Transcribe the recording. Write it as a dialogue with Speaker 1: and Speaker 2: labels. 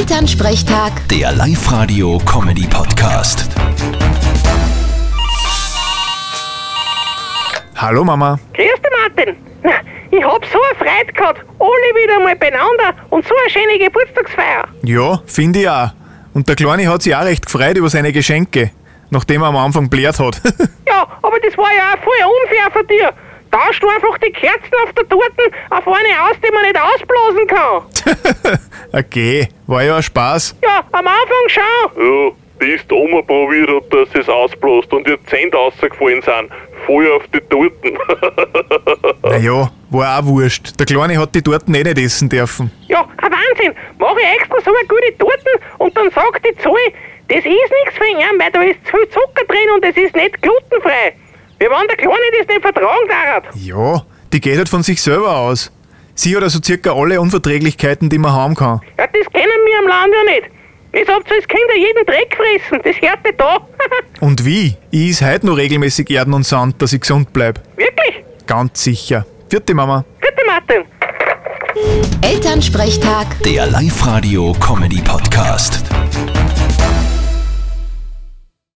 Speaker 1: Elternsprechtag,
Speaker 2: Der Live-Radio-Comedy-Podcast.
Speaker 3: Hallo Mama.
Speaker 4: Grüß dich, Martin. Na, Ich hab so eine Freude gehabt, alle wieder mal beieinander und so eine schöne Geburtstagsfeier.
Speaker 3: Ja, finde ich auch. Und der Kleine hat sich auch recht gefreut über seine Geschenke, nachdem er am Anfang blärt hat.
Speaker 4: Ja, aber das war ja auch voll unfair von dir. Tauscht einfach die Kerzen auf der Torte auf eine aus, die man nicht ausblasen kann.
Speaker 3: okay, war ja ein Spaß.
Speaker 4: Ja, am Anfang schon.
Speaker 5: Ja, die ist die Oma probiert hat, dass es ausbläst und ihr Zehnt rausgefallen sind. Voll auf die Torten.
Speaker 3: Naja, war auch wurscht. Der Kleine hat die Torten eh nicht essen dürfen.
Speaker 4: Ja, ein Wahnsinn. Mach ich extra so eine gute Torte und dann sagt die Zoe, das ist nichts für ihn, weil da ist zu viel Zucker drin und es ist nicht glutenfrei. Wir wollen der Kleine das nicht vertragen, Darat.
Speaker 3: Ja, die geht halt von sich selber aus. Sie hat also circa alle Unverträglichkeiten, die man haben kann.
Speaker 4: Ja, das kennen wir am Land ja nicht. Jetzt habt ihr als Kinder jeden Dreck gefressen, das hört nicht da.
Speaker 3: Und wie? Ich is heute noch regelmäßig Erden und Sand, dass ich gesund bleib.
Speaker 4: Wirklich?
Speaker 3: Ganz sicher. Vierte Mama.
Speaker 4: Bitte, Martin.
Speaker 1: Elternsprechtag.
Speaker 2: Der Live-Radio-Comedy-Podcast.